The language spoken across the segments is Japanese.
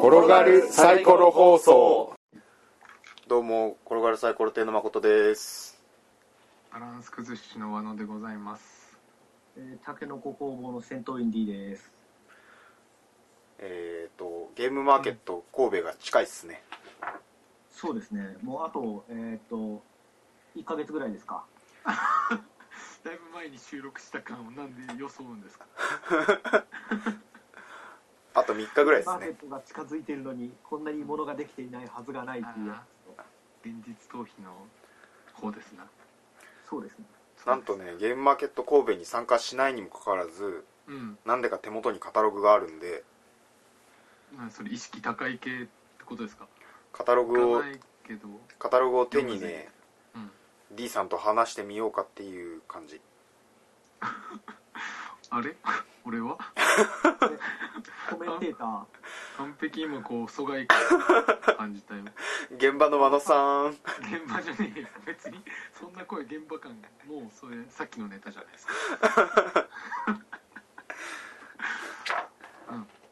転がるサイコロ放送どうも転がるサイコロ亭の誠ですバランス崩しの和野でございます。えー、タケノコ工房の戦闘員 D です。えっ、とゲームマーケット神戸が近いっすねそうですね。もうあと、えーっと、1ヶ月ぐらいですか。だいぶ前に収録した感をなんで装うんですか。あと3日ぐらいですマーケッねトが近づいているのに、こんなに物ができていないはずがないっていうや現実逃避の方ですな。つ。そうですね。なんとねゲームマーケット神戸に参加しないにもかかわらずうん、なんでか手元にカタログがあるんでまあそれ意識高い系ってことですか。カタロ行グをかないけど、カタログを手にねうん D さんと話してみようかっていう感じあれ？ 俺はコメンテーター、完璧今こう疎外感感じたよ。現場の和野さん現場じゃねえよ。別にそんな声現場感もうそれさっきのネタじゃないですか。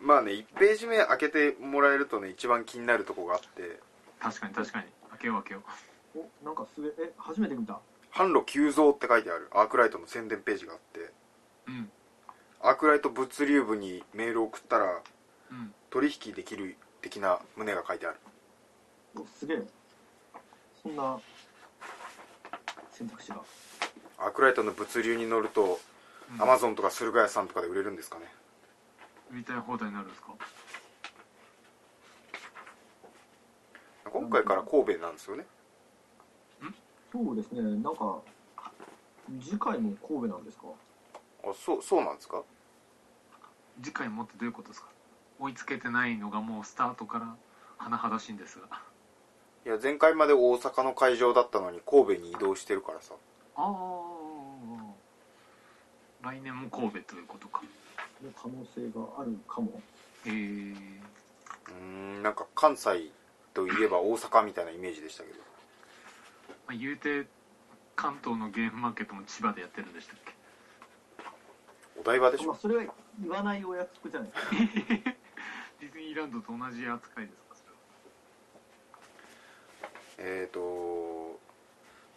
まあね1ページ目開けてもらえるとね一番気になるとこがあって確かに確かに。開けよう開けよお、なんかすげえ、え、初めて見た。販路急増って書いてあるアークライトの宣伝ページがあってう。うんアークライト物流部にメールを送ったらうん。取引できる的な旨が書いてあるお、すげえ。そんな、選択肢が。アークライトの物流に乗るとアマゾンとか駿河屋さんとかで売れるんですかね売りたい放題になるんですか。今回から神戸なんですよねそうですね。なんか、次回も神戸なんですかあそうそうなんですか次回もってどういうことですか追いつけてないのがもうスタートから甚だしいんですがあいや前回まで大阪の会場だったのに神戸に移動してるからさあ来年も神戸ということかの可能性があるかも。えー、うーんなんか関西といえば大阪みたいなイメージでしたけどまあ、言うて関東のゲームマーケットも千葉でやってるんでしたっ けお台場でしまあ、ょそれは言わないお約束じゃないですか。ディズニーランドと同じ扱いですかそれはえーと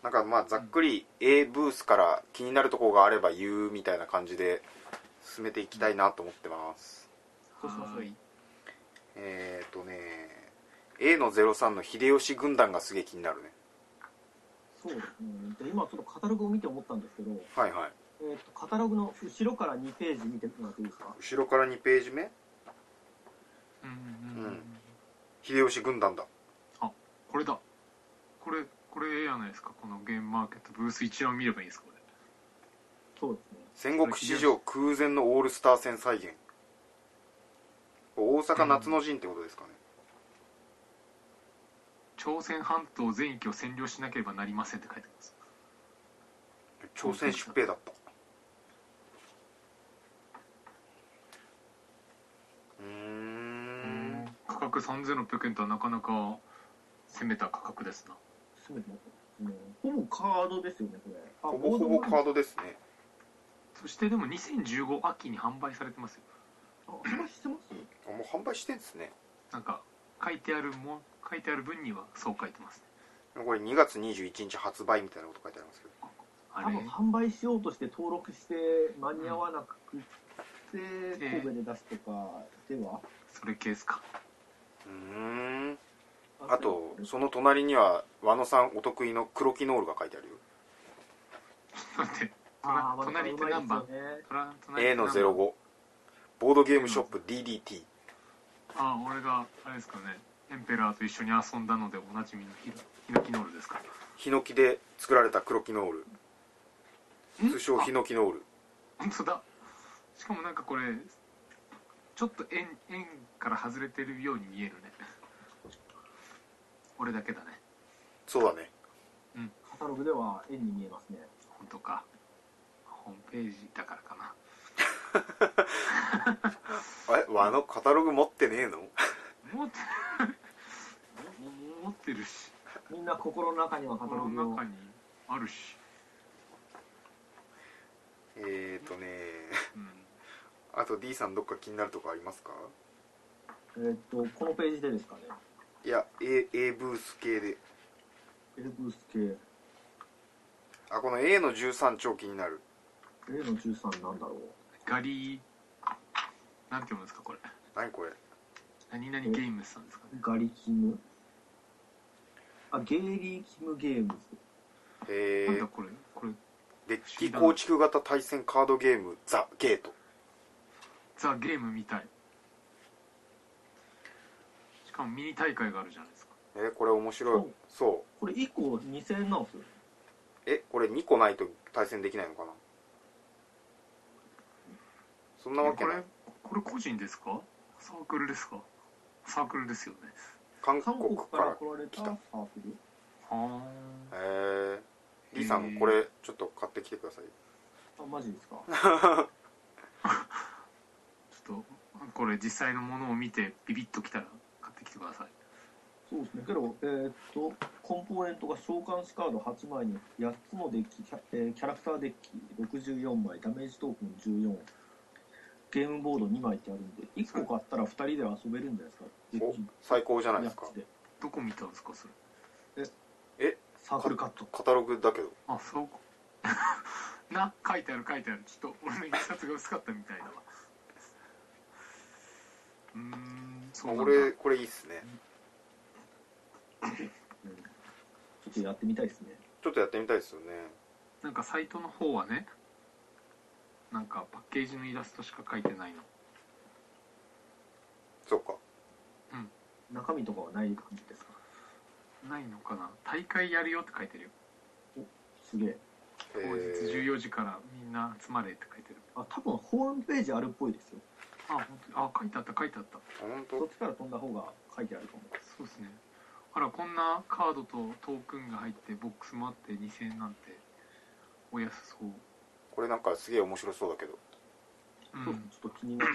なんかまあざっくり A ブースから気になるところがあれば言うみたいな感じで進めていきたいなと思ってますそうしましょうはーいえーとね A の03の秀吉軍団がすげえ気になるねそうですね。で、今ちょっとカタログを見て思ったんですけど、はいはいえっ、と、カタログの後ろから2ページ見てもらっていいですか後ろから2ページ目うんうん、うんうん秀吉軍団だこれだこれこれええやないですかこのゲームマーケットブース一覧見ればいいんですかこれそうです戦ね。国史上空前のオールスター戦再現大阪夏の陣ってことですかね、朝鮮半島全域を占領しなければなりませんって書いてます朝鮮出兵だったうーん価格3600円とはなかなか攻めた価格ですなすべて持ってます、うんほぼカードですよね、これ。あほぼほぼカード。ドですねそしてでも2015秋に販売されてますよあ、話してますあもう販売してんですねなんか書いてあるもん書いてある分にはそう書いてますねこれ2月21日発売みたいなこと書いてありますけどあ多れ分販売しようとして登録して間に合わなくて、ええ神戸で出すとかではそれケースか うーんあとその隣には和野さんお得意のクロキノールが書いてあるよだってあー隣って何番まだうまいですよねトラ隣 A の05ボードゲームショップ DDT ああ俺があれですかねエンペラーと一緒に遊んだのでおなじみのヒノヒノキノールですかヒノキで作られた黒キノールん通称ヒノキノール本当だしかもなんかこれちょっと円円から外れてるように見えるね俺だけだねそうだねカタログでは円に見えますね。本当かホームページだからかなえあのカタログ持ってねえの持って持ってるしみんな心の中にはカタロ心グのを中。にあるし、えーとねうん、 あと D さんどっか気になるとこありますかえーっと、このページでですかね。いや A, A ブース系で A ブース系、あこの A の13超気になる A の13なんだろう。ガリーなんて読むんですかこれ何これ何々ゲームズさんですかねガリキム。あ、ゲーリー・キム・ゲームズ。えなんだー、これこれデッキ構築型対戦カードゲームザ・ゲートザ・ゲームみたいしかもミニ大会があるじゃないですかえーこれ面白いそうそうこれ1個2000円なんですよ。えこれ2個ないと対戦できないのかなそんなわえけこなれいこれ個人ですかサークルですかサークルですよね韓韓国国かからら来られたサークル。はあえー、リさへんーこれちょっと買ってきてくださいあ、マジですか。ちょっとこれ実際のものを見てビビッときたら買ってきてくださいそうですね。けど、えーっと、コンポーネントが召喚士カード8枚に8つのデッキ、キャ,、えーキャラクターデッキ64枚、ダメージトークン14、ゲームボード2枚ってあるんで、1個買ったら2人で遊べるんじゃないですか。デッおキ最高じゃないですか8つで。どこ見たんですかそれサークルカット。カタログだけどあそうか な書いてある書いてあるちょっと俺の印刷が薄かったみたいだわうーんそまうあなんだ俺これいいっすねうんちょっとやってみたいですね。ちょっとやってみたいですよねなんかサイトの方はねなんかパッケージのイラストしか書いてないのそうか中身とかはない感じですか。ないのかな大会やるよって書いてるよすげえ。え当日ー、 14時からみんな集まれって書いてるあ、多分ホームページあるっぽいですよ。あ本当にあ書いてあった書いてあった本そ当っちから飛んだ方が書いてあるかも。そうですねあらこんなカードとトークンが入ってボックスもあって2000円なんてお安そうこれなんかすげえ面白そうだけどうん、そうちょっと気になる。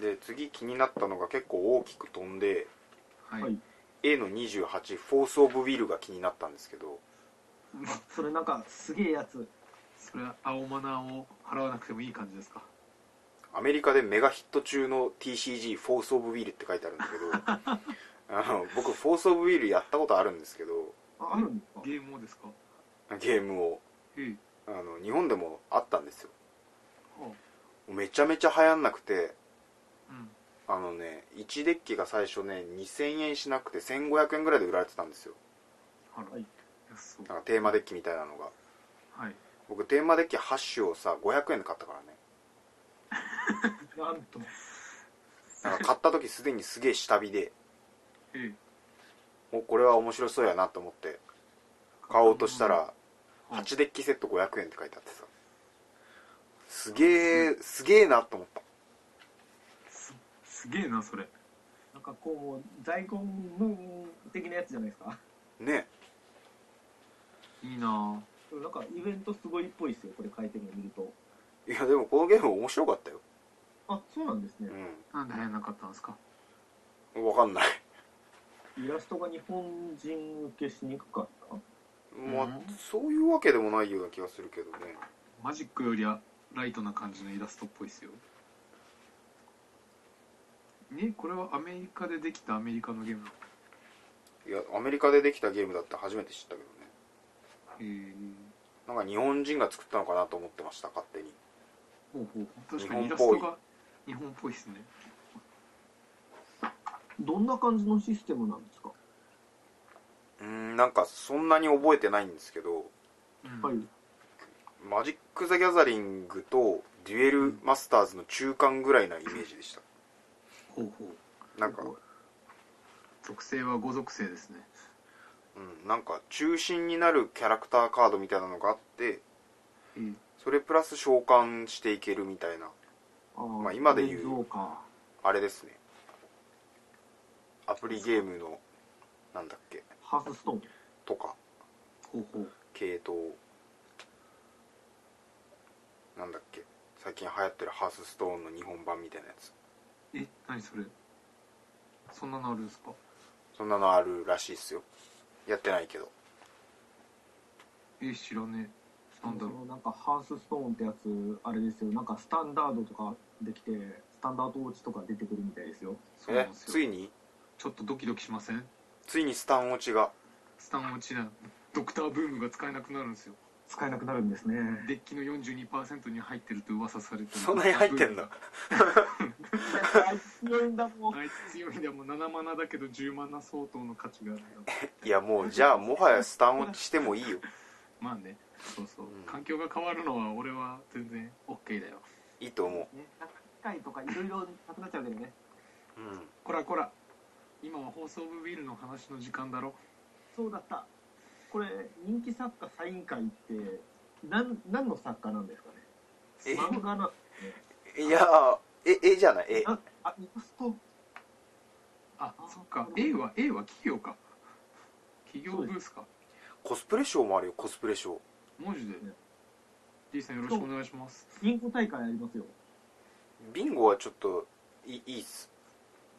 で次気になったのが結構大きく飛んではい、はい A の28フォース・オブ・ウィルが気になったんですけどそれなんかすげえやつ。それは青マナーを払わなくてもいい感じですかアメリカでメガヒット中の TCG「フォース・オブ・ウィール」って書いてあるんだけどあの僕「フォース・オブ・ウィール」やったことあるんですけどあ、あるんですか。ゲームをですかゲームをええあの日本でもあったんですよはめちゃめちゃ流行んなくてあうんあのね1デッキが最初ね2000円しなくて1500円ぐらいで売られてたんですよあら、はい安そうなんかテーマデッキみたいなのがはい僕テーマデッキ8種をさ500円で買ったからねなんと。なんか買った時すでにすげえ下火でええもうこれは面白そうやなと思って買おうとしたらうん8デッキセット500円って書いてあってさすげえすげえなと思ったすすげえなそれなんかこうもう大根ムーン的なやつじゃないですか。ねいいなあでもなんかイベントすごいっぽいですよ。これ書いてるの見ると。いやでもこのゲーム面白かったよあ、そうなんですね。うなんで入らなかったんですかん分かんないイラストが日本人受けしにくかった。まあうんそういうわけでもないような気がするけどねマジックよりはライトな感じのイラストっぽいですよねこれはアメリカでできたアメリカのゲームなのいやアメリカでできたゲームだって初めて知ったけどねえー、なんか日本人が作ったのかなと思ってました勝手にほうほうほう確かにイ日ラ本スっぽトいが日本っぽいですねどんな感じのシステムなんですか。うーんなんかそんなに覚えてないんですけどうんはい。マジック・ザ・ギャザリングとデュエル・マスターズの中間ぐらいなイメージでしたほうほうなんか属性は5属性ですねうん、なんか中心になるキャラクターカードみたいなのがあってえーそれプラス召喚していけるみたいなあ、まあ今で言うそうか。あれですねアプリゲームのなんだっけハーフストーン。とかほうほう系統なんだっけ最近流行ってるハースストーンの日本版みたいなやつえ何それそんなのあるんですかそんなのあるらしいっすよやってないけどえー知らねえなんだろうなんかハースストーンってやつあれですよなんかスタンダードとかできてタンダートウォッチとか出てくるみたいですよ。そうなえんですつよいにちょっとドキドキしませんついにスタン落ちがスタン落ちなドクターブームが使えなくなるんですよ使えなくなるんですね。デッキの42%に入ってると噂されてるそんなに入ってんの強いんだもん。あいつ強いんだよもう7マナだけど10マナ相当の価値があるんだいやもうじゃあもはやスタン落ちしてもいいよまあねそうそう、うん環境が変わるのは俺は全然 OK だよいいと思ね、なんか機械とかいろいろなくなっちゃうけどね。ううんこらこら今は放送部ビルの話の時間だろそうだった。これ人気作家サイン会ってなん何の作家なんですかね。え漫画のいやーええじゃないえああイラストあそっか A は A は企業か企業ブースかコスプレショーもあるよコスプレショーマジでね D さんよろしくお願いします銀行大会ありますよ。ビンゴはちょっといいいっす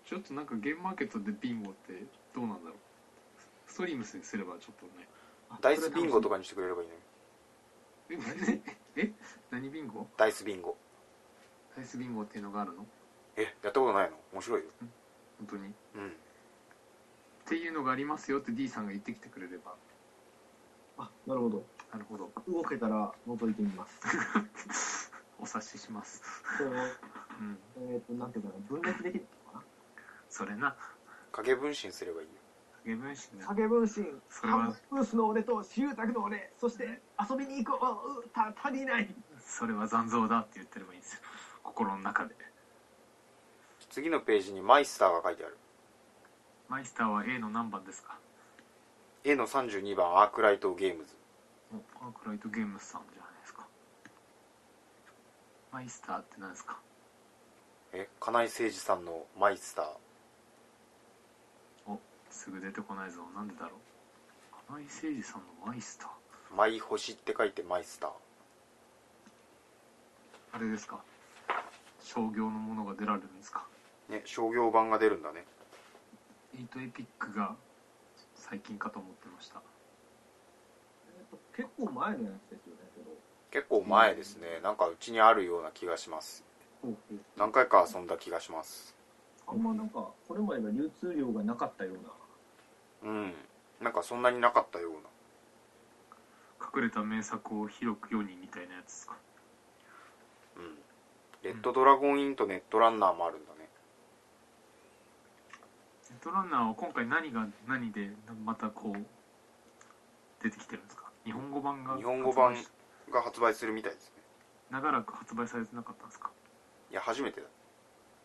ちょっとなんかゲームマーケットでビンゴってどうなんだろうストリームスにすればちょっとねあダイスビンゴとそれ楽しかにしてくれればいいのにえ え何ビンゴダイスビンゴダイスビンゴっていうのがあるの本えやったことないの面白いよ当にっうんていうのがありますよって D さんが言ってきてくれればみあなるほど。なるほど動けたら覗いてみます。お察ししますそれをうんえっ、となんていうかな分裂できるのかそれな影分身すればいいよ影分身な。な影分身、それハはムブースの俺とシュータクの俺、そして遊びに行こう。うた足りない。それは残像だって言ってればいいんですよ心の中で次のページにマイスターが書いてあるマイスターは A の何番ですか A の32番アークライトゲームズおパークライトゲームズさんじゃないですかマイスターって何ですかえ金井誠二さんのマイスターおすぐ出てこないぞなんでだろう金井誠司さんのマイスターマイ星って書いてマイスターあれですか商業のものが出られるんですかね商業版が出るんだね8エピックが最近かと思ってましたえーと結構前のやつですよね。けど結構前ですねなんかうちにあるような気がします何回か遊んだ気がしますあんまなんかこれまでは流通量がなかったような。うんなんかそんなになかったような隠れた名作を広く世にみたいなやつですかうんレッドドラゴンインとネットランナーもあるんだねネットランナーは今回何が何でまたこう出てきてるんですか日本語版が日本語版発売しが発売するみたいですね長らく発売されてなかったんですかいや初めてだへ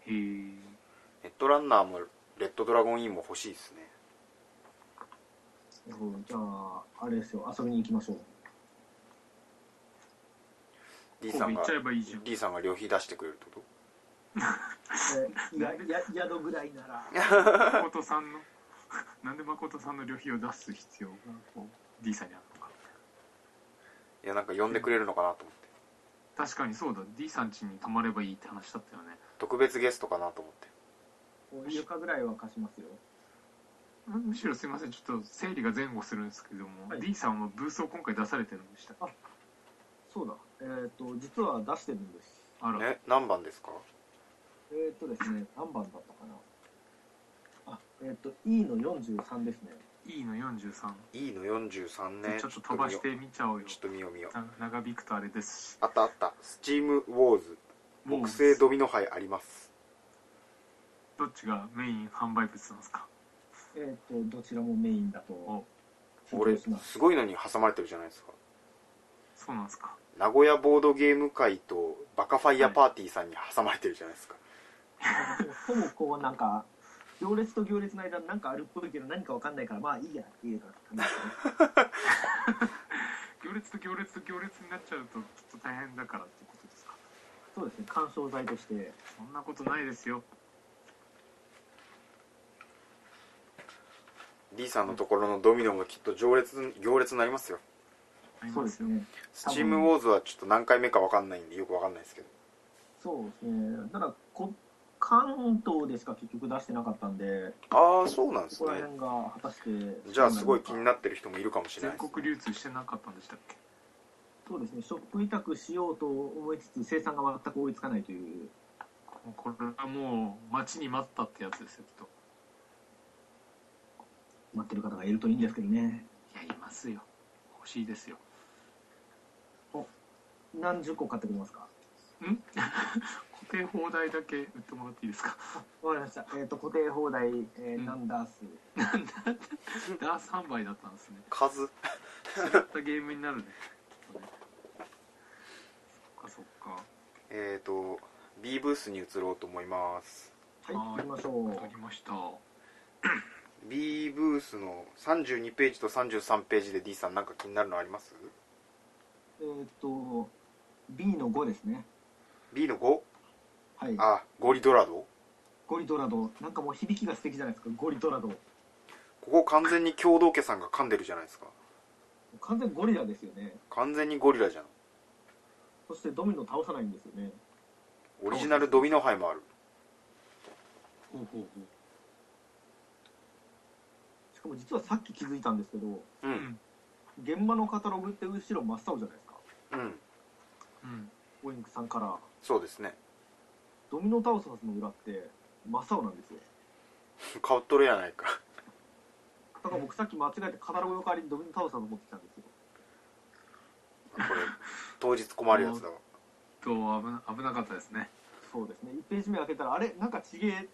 えネットランナーもレッドドラゴンインも欲しいですねうんじゃああれですよ。遊びに行きましょう。 D さ神んが戸行っちゃえばいい じゃん D さんが旅費出してくれるってことえーやや宿ぐらいなら。誠さんの なんで誠さんの旅費を出す必要がこう D さんにあるのかいやなんか呼んでくれるのかなと思って確かにそうだ D さん家に泊まればいいって話だったよね特別ゲストかなと思って床ぐらいは貸しますよ。むしろすいませんちょっと整理が前後するんですけども、はい D さんはブースを今回出されてるんでしたあそうだ。えっ、と実は出してるんです。あら、ね何番ですかえっ、とですね何番だったかな。あえっ、と E の43ですね。 E の43、 E の43ねちょっと飛ばしちてょっと見よみちゃおううよちょっと見よう見ような長引くとあれですしあったあったスチームウォーズもう木製ドミノ杯ありますどっちがメイン販売物なんですかえっ、とどちらもメインだとお。俺します。すごいのに挟まれてるじゃないですかそうなんですか名古屋ボードゲーム会とバカファイアパーティーさんに挟まれてるじゃないですか、ほぼこうなんか行列と行列の間なんかあるっぽいけど何かわかんないからまあいいやっていう感じ行列と行列と行列になっちゃうとちょっと大変だからってことですかそうですね緩衝材としてそんなことないですよ D さんのところのドミノもきっと行列行列になりますよありそうまですすよねスチームウォーズはちょっと何回目か分かんないんでよく分かんないですけどそうですねただこ関東でしか結局出してなかったんでああそうなんでそすこらね辺が果たしてじゃあすごい気にるなってる人もいるかもしれな全いです国流通してなかったんでしたっけそうですねショップ委託しようと思いつつ生産が全く追いつかないというもうこれはもう待ちに待ったってやつですよきっと待ってる方がいるといいんですけどねいやいますよ欲しいですよ何十個買ってくれますかん固定放題だけ売ってもらっていい ですかわかりました、えー、と固定放題、えーうんナンダースダース販売だったんですね数違ったゲームになるねきっとねそっかそっかえっ、ー、と B ブースに移ろうと思いますはいはーい行きましょうわかりました B ブースの32ページと33ページで D さんなんか気になるのありますえっ、と B の5ですね B の 5? はいあゴリドラドゴリドラドなんかもう響きが素敵じゃないですかゴリドラドここ完全に共同家さんが噛んでるじゃないですか完全にゴリラですよね完全にゴリラじゃんそしてドミノ倒さないんですよねオリジナルドミノ杯もあるほうほうほうしかも実はさっき気づいたんですけどうん現場のカタログって後ろ真っ青じゃないですかうんうんオインクさんからそうですねドミノ倒すはずの裏って真っ青なんですよ買うっとるやないかだから僕さっき間違えてカタログの代わりにドミノ倒すはず持ってきたんですよ これ当日困るやつだわと危な危なかったですねそうですね1ページ目開けたらあれなんかちげえ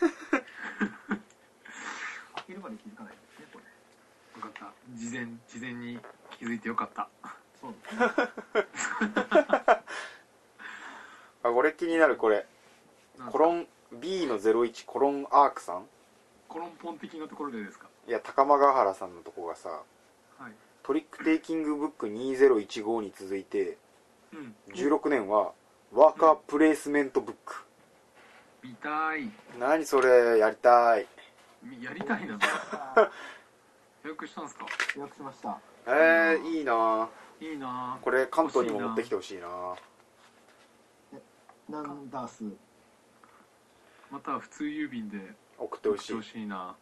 開けるまで気づかないんですねこれよかった事前事前に気づいてよかったそうですねあこれ気になるこれなんコロン B の01コロンアークさんコロンポン的なところでですかいや高間ヶ原さんのとこがさはいトリックテイキングブック2015に続いてうん16年はワーカープレイスメントブック見たい何それやりたいみやりたい な予約したんですか予約しましたえー、いいないいなこれ関東にも持ってきてほしいななんだすまた普通郵便で送って送ほっしていほしいな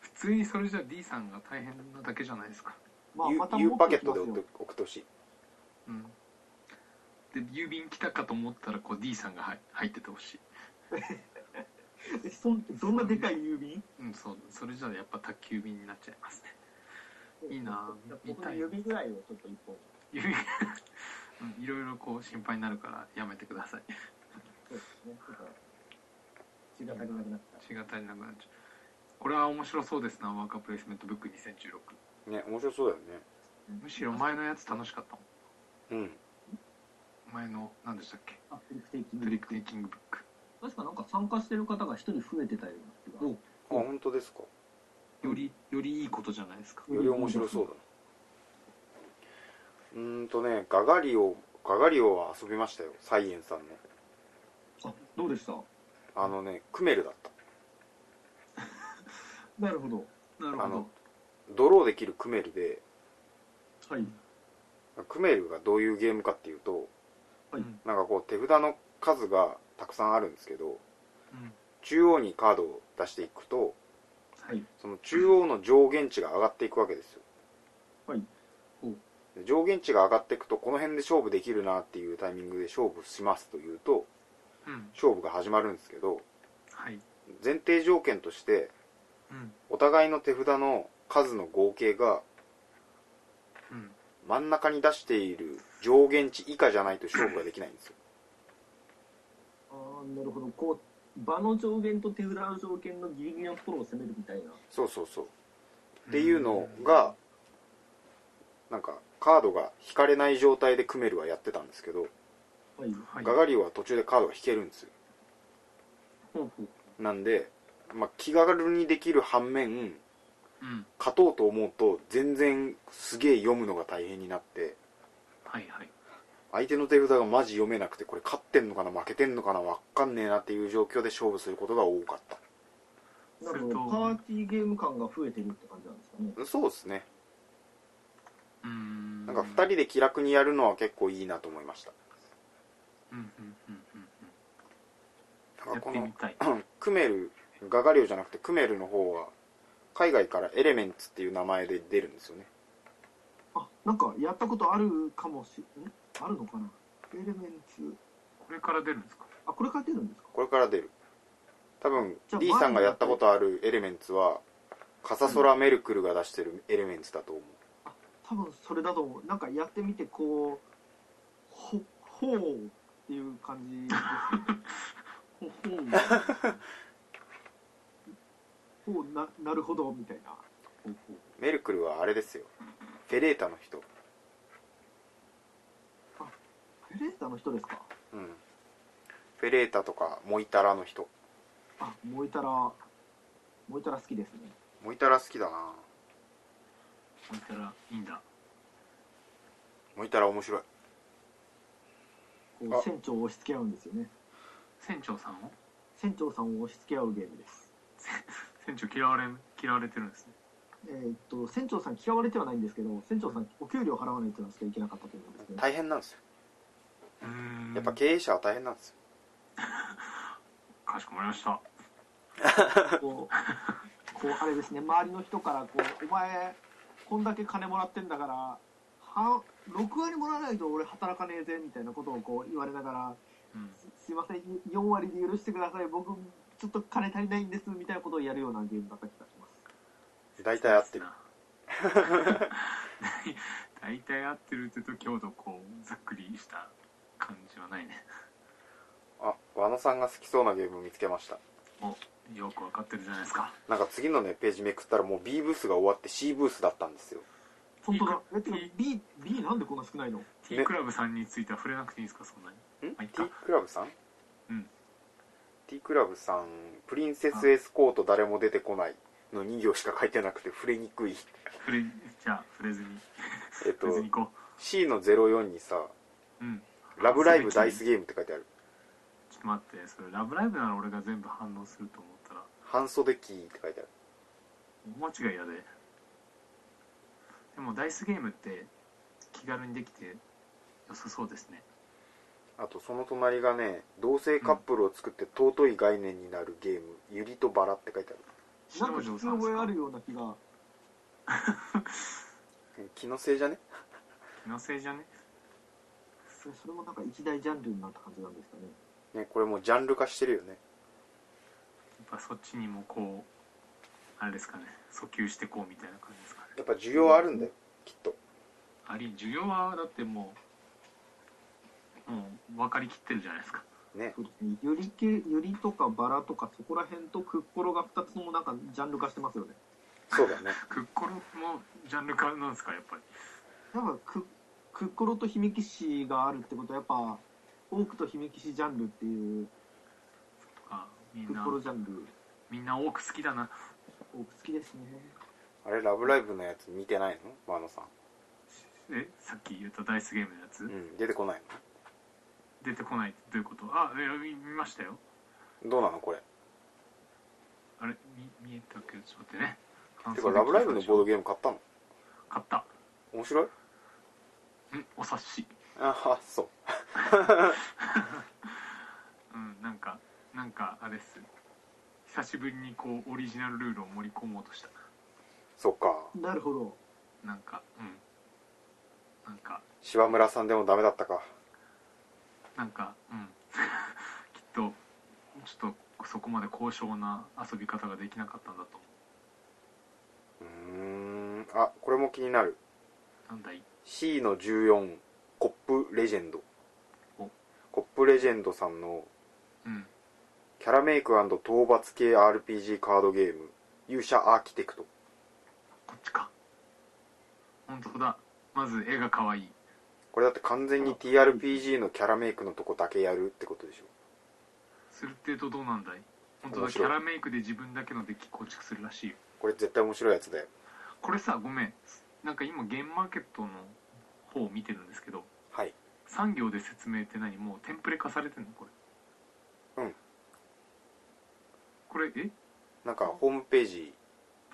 普通にそれじゃ D さんが大変なだけじゃないですかまあ U, また U 持パっケてッきトまです送よって送ってほしいうんで郵便来たかと思ったらこう D さんが入入っててほしいえそんどんなでかい郵便うんそうそれじゃやっぱ宅急便になっちゃいますねいいなぁじゃあ見僕たのい予備ぐらいをちょっと一本郵便 うんいろいろこう心配になるからやめてくださいそうですねちょっと血が足りなくなった血が足りなくなっちゃうこれは面白そうですなワーカープレイスメントブック2016ね面白そうだよねむしろ前のやつ楽しかったもうんん前の何でしたっけあトリックテイキトングリックテイキングブック確かなんか参加してる方が一人増えてたような気あが本当ですかよりよりいいことじゃないですかより面白そうだなうーんとねガガリオガガリオは遊びましたよサイエンさんのあどうでしたあのねクメルだったなるほどなるあほのどドローできるクメルではいクメルがどういうゲームかっていうとはいうんなんかこう手札の数がたくさんあるんですけどうん中央にカードを出していくとはいその中央の上限値が上がっていくわけですよはいほうで上限値が上がっていくとこの辺で勝負できるなっていうタイミングで勝負しますというとうん勝負が始まるんですけどはい前提条件としてうんお互いの手札の数の合計がうん真ん中に出している上限値以下じゃないと勝負ができないんですよああなるほどこう場の上限と手札の上限のギリギリのところを攻めるみたいなそうそうそうっていうのがなんかカードが引かれない状態でクメルはやってたんですけどはいはいガガリオは途中でカードが引けるんですよほうほうなんで、まあ、気軽にできる反面うん勝とうと思うと全然すげえ読むのが大変になってはいはい相手の手札がマジ読めなくてこれ勝ってんのかな負けてんのかなわかんねえなっていう状況で勝負することが多かっなするほるどとパーティーゲーム感が増えてるって感じなんですかねたそうですねうーんなんか2人で気楽にやるのは結構いいなと思いましたうんうんうんうんうんなやんかこってのみたいクメルガガリオじゃなくてクメルの方は海外からエレメンツっていう名前で出るんですよねあなんかやったことあるかもしんあるのかなエレメンツこれから出るんですかあこれから出るんですかこれから出る多分じゃあ D さんがやったことあるエレメンツはカサソラ・メルクルが出してるエレメンツだと思う多分それだと思うなんかやってみてこうほほうっていう感じですよ ほほうほうななるほどみたいなほうほうメルクルはあれですよフェレータの人フェレータの人ですかうんフェレータとかモイタラの人あ燃えたら燃えたら好きですねモイタラ好きだな置いたらいいんだモイタラ面白いこあう船長を押し付け合うんですよね船長さんを船長さんを押し付け合うゲームです船長嫌われ嫌われてるんですねえーっと船長さん嫌われてはないんですけど船長さんお給料払わないというのはしかいけなかったと思うんですけど大変なんですようーんやっぱ経営者は大変なんですよかしこまりましたこう、こうあれですね、周りの人からこう、お前、こんだけ金もらってんだから、半6割もらわないと俺働かねえぜみたいなことをこう言われながら、うんすすいません、4割で許してください、僕、ちょっと金足りないんですみたいなことをやるようなゲームだった気がします。大体合ってる 大体合ってるってと今日とこうざっくりした感じはないねあ和野さんが好きそうなゲーム見つけましたよくわかってるじゃないですかなんか次のねページめくったらもう B ブースが終わって C ブースだったんですよ本当だ。え、てかい B、B なんでこんな少ないの T クラブさんについては触れなくていいですかそんなにんまあいっ T かクラブさんうん T クラブさんプリンセスエスコート誰も出てこないの2行しか書いてなくて触れにくい触れじゃあ触れずにえっと触れずに行こ C の04にさううん「ラブライブダイスゲーム」って書いてあるちょっと待ってそれ「ラブライブ!」なら俺が全部反応すると思ったら「半袖キー」って書いてある大間違いやででもダイスゲームって気軽にできて良さそうですねあとその隣がね「同性カップルを作って尊い概念になるゲームゆりとバラ」って書いてあなんか聞き覚えあるような気が。る気のせいじゃね気のせいじゃねそれそれもなんか一大ジャンルになった感じなんですかね。ねこれもうジャンル化してるよねやっぱそっちにもこうあれですかね訴求してこうみたいな感じですかねやっぱ需要あるんだよきっとあり需要はだってもうもう分かりきってるじゃないですかねそうですね。ゆり系、ゆりとかバラとかそこら辺とクッコロが2つともなんかジャンル化してますよね。そうだね クッコロもジャンル化なんですかやっぱりやっぱククッコロと姫騎士があるってことはやっぱオークと姫騎士ジャンルっていうあみクんッなコロジャンルみんな多く好きだなオーク好きですねあれ「ラブライブ!」のやつ見てないの和野さん、えさっき言ったダイスゲームのやつ、うん、出てこない出てこないってどういうことあいや見見ましたよのどうなのこれあれ見見えたけどちょっと待ってねてか「ラブライブ!」のボードゲーム買ったの買った面白いうんお察しあはそううんなんかなんかあれっす久しぶりにこうオリジナルルールを盛り込もうとしたそっかなるほどなんかうんなんか柴村さんでもダメだったかなんかうん きっとちょっとそこまで高尚な遊び方ができなかったんだと思うーんあこれも気になるうなんだい C の14コップレジェンドおコップレジェンドさんのうんキャラメイク討伐系 RPG カードゲーム勇者アーキテクトこっちか本当だまず絵が可愛いこれだって完全に TRPG のキャラメイクのとこだけやるってことでしょするってえとどうなんだい本当面だキ白いャラメイクで自分だけのデッキ構築するらしいよこれ絶対面白いやつだよこれさごめんなんか今ゲームマーケットの方を見てるんですけどはい産業で説明って何もうテンプレ化されてんのこれうんこれえなんかホームページ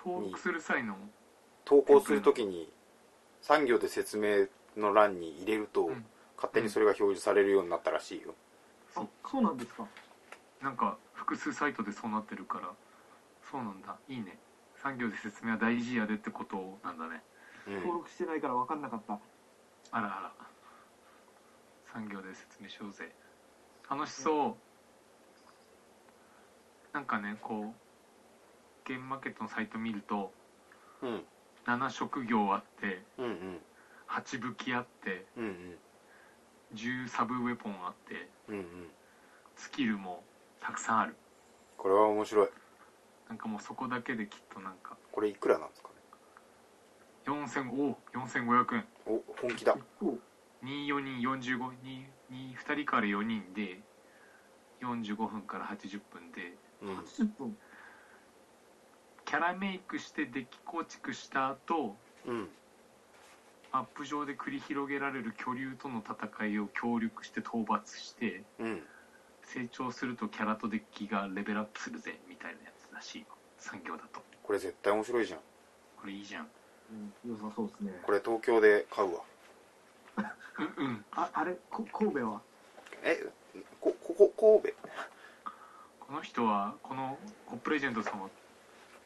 登録する際の投稿するときに産業で説明の欄に入れると、うん勝手にそれが表示されるようになったらしいよ、そあうそうなんですかなんか複数サイトでそうなってるからそうなんだいいね産業で説明は大事やでってことなんだねうん登録してないから分かんなかったあらあら産業で説明しようぜ楽しそうなんかねこうゲームマーケットのサイト見るとうん7職業あってうんうん8武器あってうんうん10サブウェポンあってうんうんスキルもたくさんあるこれは面白いなんかもうそこだけできっとなんかこれいくらなんですかね4000お4500円お本気だ構24人45人2人から4人で45分から80分でうん80分キャラメイクしてデッキ構築した後うんマップ上で繰り広げられる巨竜との戦いを協力して討伐してうん成長するとキャラとデッキがレベルアップするぜみたいなやつらしいよ産業だとこれ絶対面白いじゃんこれいいじゃんうん良さそうですねこれ東京で買うわうんうんああれこ神戸はえこここ神戸この人はこのコップレジェンドさんは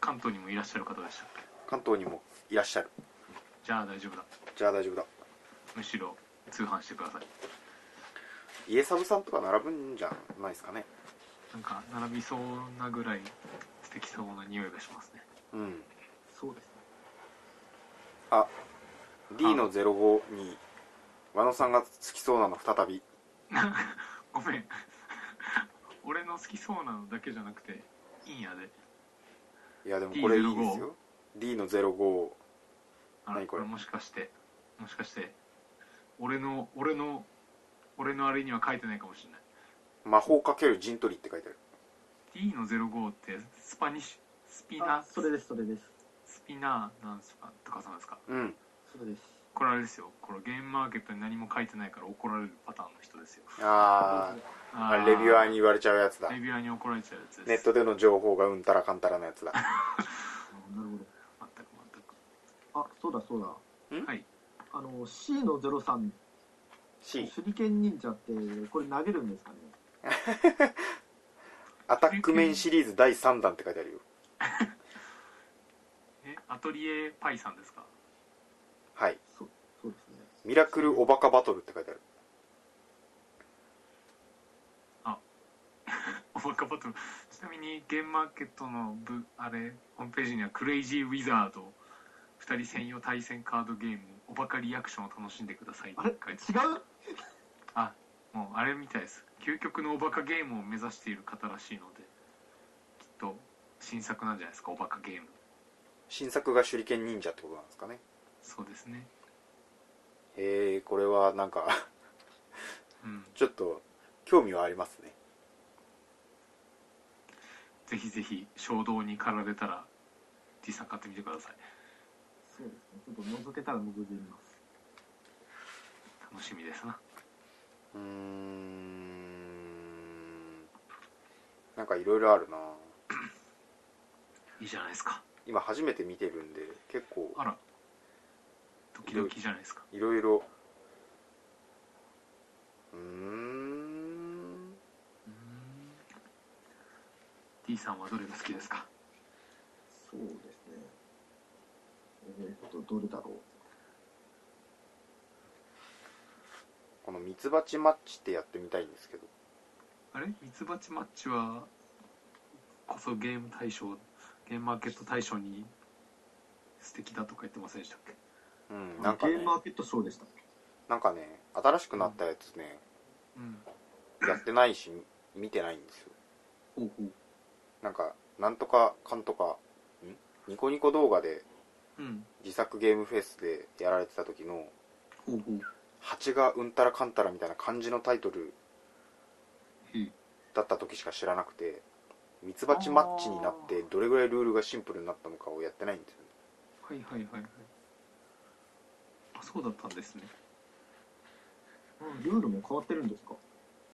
関東にもいらっしゃる方でしたっけ関東にもいらっしゃるじゃあ大丈夫だじゃあ大丈夫だむしろ通販してください家サブさんとか並ぶんじゃないですかねなんか並びそうなぐらい素敵そうな匂いがしますねうんそうです D の05に和野さんがつきそうなの再びごめん 俺の好きそうなのだけじゃなくていいんやでいやでもこれいいですよ D の05あら何これもしかしてもしかして俺の俺の俺のあれには書いてないかもしれない魔法かける陣取りって書いてある D の05ってスパニッシュスピあナそれですそれですスピナーなんすかとかさんですかうんそれですこれあれですよこれゲームマーケットに何も書いてないから怒られるパターンの人ですよあーああレビュアーにに言われちゃうやつだレビュアーに怒られちゃうやつですネットでの情報がうんたらかんたらのやつだ あなるほど全く全くあそうだそうだはいあの C の03 C 手裏剣忍者ってこれ投げるんですかねアタックメンシリーズ第3弾って書いてあるよえアトリエパイさんですかはいそうそうですねミラクルおバカバトルって書いてあるおバカバトルちなみにゲームマーケットのブあれホームページにはクレイジーウィザード2人専用対戦カードゲームおバカリアクションを楽しんでくださいってあれ違書いてうあもうあれみたいです究極のおバカゲームを目指している方らしいのできっと新作なんじゃないですかおバカゲーム新作が手裏剣忍者ってことなんですかねそうですねへえこれはなんか うんちょっと興味はありますねぜひぜひ衝動に駆られたら T さん買ってみてくださいそうですねちょっと覗けたら覗いてみます楽しみですなうーんなんかいろいろあるないいじゃないですか今初めて見てるんで結構あらドキドキじゃないですかいろいろうーん T さんはどれが好きですかそうですねえっとどれだろうこのミツバチマッチってやってみたいんですけどあれミツバチマッチはこそゲーム大賞ゲームマーケット大賞に素敵だとか言ってませんでしたっけうんなんかゲねームマーケットショーでしたなんかね新しくなったやつね、うんやってないし見てないんですよほうほうなんかなんとかかんとかんニコニコ動画でうん自作ゲームフェスでやられてた時のほうほう「蜂がうんたらかんたら」みたいな感じのタイトルへえだった時しか知らなくてミツバチマッチになってどれぐらいルールがシンプルになったのかをやってないんですよねはいはいはいはいあそうだったんですねルールも変わってるんですか